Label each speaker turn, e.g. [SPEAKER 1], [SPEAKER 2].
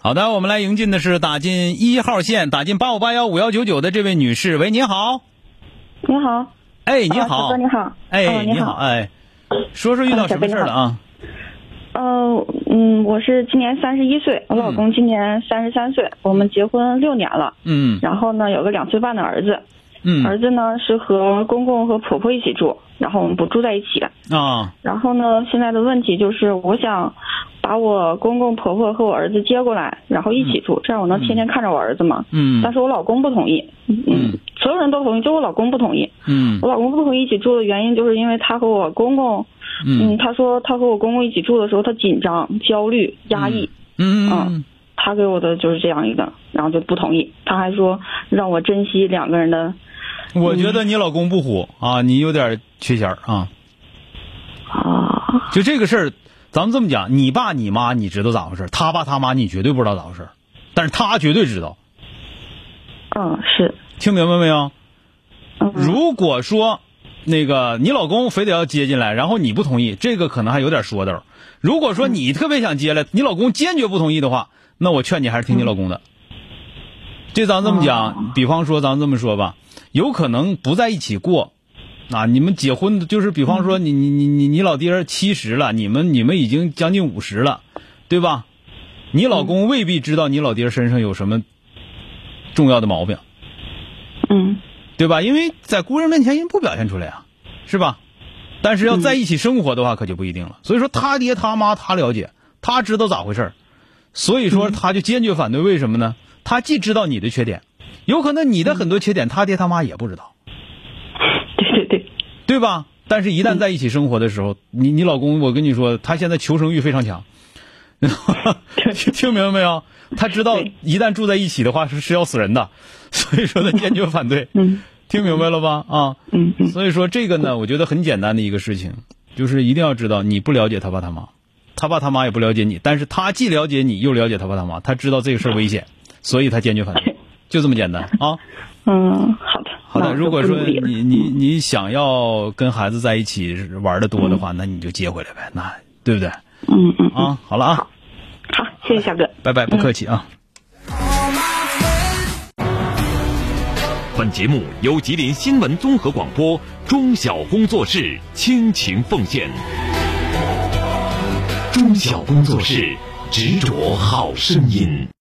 [SPEAKER 1] 好的，我们来迎进的是打进一号线，打进八五八幺五幺九九的这位女士。喂，你好。
[SPEAKER 2] 你好，
[SPEAKER 1] 哎，你
[SPEAKER 2] 啊小
[SPEAKER 1] 好。
[SPEAKER 2] 哥你好，
[SPEAKER 1] 哎，
[SPEAKER 2] 哦你
[SPEAKER 1] 你
[SPEAKER 2] 好，哎
[SPEAKER 1] 哎，说说遇到什么事儿了啊？
[SPEAKER 2] 呃，嗯，我是今年三十一岁，
[SPEAKER 1] 嗯
[SPEAKER 2] 我老公今年三十三岁，我们结婚六年了，
[SPEAKER 1] 嗯
[SPEAKER 2] 然后呢有个两岁半的儿子，儿
[SPEAKER 1] 嗯
[SPEAKER 2] 子呢是和公公和婆婆一起住，然后我们不住在一起，
[SPEAKER 1] 啊
[SPEAKER 2] 然后呢现在的问题就是我想把我公公婆婆和我儿子接过来，然后一起住，这样我能天天看着我儿子嘛，
[SPEAKER 1] 嗯
[SPEAKER 2] 但是我老公不同意，
[SPEAKER 1] 嗯，
[SPEAKER 2] 所有人都同意，就我老公不同意，
[SPEAKER 1] 嗯
[SPEAKER 2] 我老公不同意一起住的原因就是因为他和我公公。嗯，
[SPEAKER 1] 嗯
[SPEAKER 2] 他说他和我公公一起住的时候，他紧张、焦虑、压抑，
[SPEAKER 1] 嗯嗯
[SPEAKER 2] 嗯他给我的就是这样一个，然后就不同意。他还说让我珍惜两个人的，
[SPEAKER 1] 嗯，我觉得你老公不虎啊，你有点缺心儿啊。
[SPEAKER 2] 啊，
[SPEAKER 1] 就这个事儿，咱们这么讲，你爸你妈你知道咋回事儿，他爸他妈你绝对不知道咋回事儿，但是他绝对知道，
[SPEAKER 2] 嗯，是，
[SPEAKER 1] 听明白没有？
[SPEAKER 2] 嗯，
[SPEAKER 1] 如果说那个你老公非得要接进来，然后你不同意，这个可能还有点说头。如果说你特别想接来，你老公坚决不同意的话，那我劝你还是听你老公的。这咱这么讲，比方说咱这么说吧，有可能不在一起过，啊，你们结婚就是比方说你你你你你老爹七十了，你们你们已经将近五十了，对吧？你老公未必知道你老爹身上有什么重要的毛病。
[SPEAKER 2] 嗯，
[SPEAKER 1] 对吧？因为在姑娘面前人不表现出来啊，是吧？但
[SPEAKER 2] 嗯
[SPEAKER 1] 是要在一起生活的话，可就不一定了。所以说，他爹他妈他了解，他知道咋回事儿，所以
[SPEAKER 2] 嗯
[SPEAKER 1] 说他就坚决反对。为什么呢？他既知道你的缺点，有可能你的很多缺点，他爹他妈也不知道，
[SPEAKER 2] 对对对，
[SPEAKER 1] 对吧？但是，一
[SPEAKER 2] 嗯
[SPEAKER 1] 旦在一起生活的时候，你你老公，我跟你说，他现在求生欲非常强， 听听明白没有？他知道
[SPEAKER 2] 对
[SPEAKER 1] 一旦住在一起的话是是要死人的，所以说他坚决反对。
[SPEAKER 2] 嗯
[SPEAKER 1] 听明白了吧？啊，
[SPEAKER 2] 嗯嗯
[SPEAKER 1] 所以说这个呢，我觉得很简单的一个事情，就是一定要知道你不了解他爸他妈，他爸他妈也不了解你，但是他既了解你又了解他爸他妈，他知道这个事儿危险，所以他坚决反 对，就这么简单啊。
[SPEAKER 2] 嗯，好的，
[SPEAKER 1] 好
[SPEAKER 2] 那
[SPEAKER 1] 的，
[SPEAKER 2] 我
[SPEAKER 1] 如果
[SPEAKER 2] 就不
[SPEAKER 1] 说
[SPEAKER 2] 努力了
[SPEAKER 1] 你你你想要跟孩子在一起玩的多的话，那你就接回来呗，那对不对？
[SPEAKER 2] 嗯嗯，
[SPEAKER 1] 啊，好了啊，
[SPEAKER 2] 好，谢谢夏哥。
[SPEAKER 1] 拜拜，不客气啊。
[SPEAKER 3] 本节目由吉林新闻综合广播中小工作室倾情奉献。中小工作室执着好声音。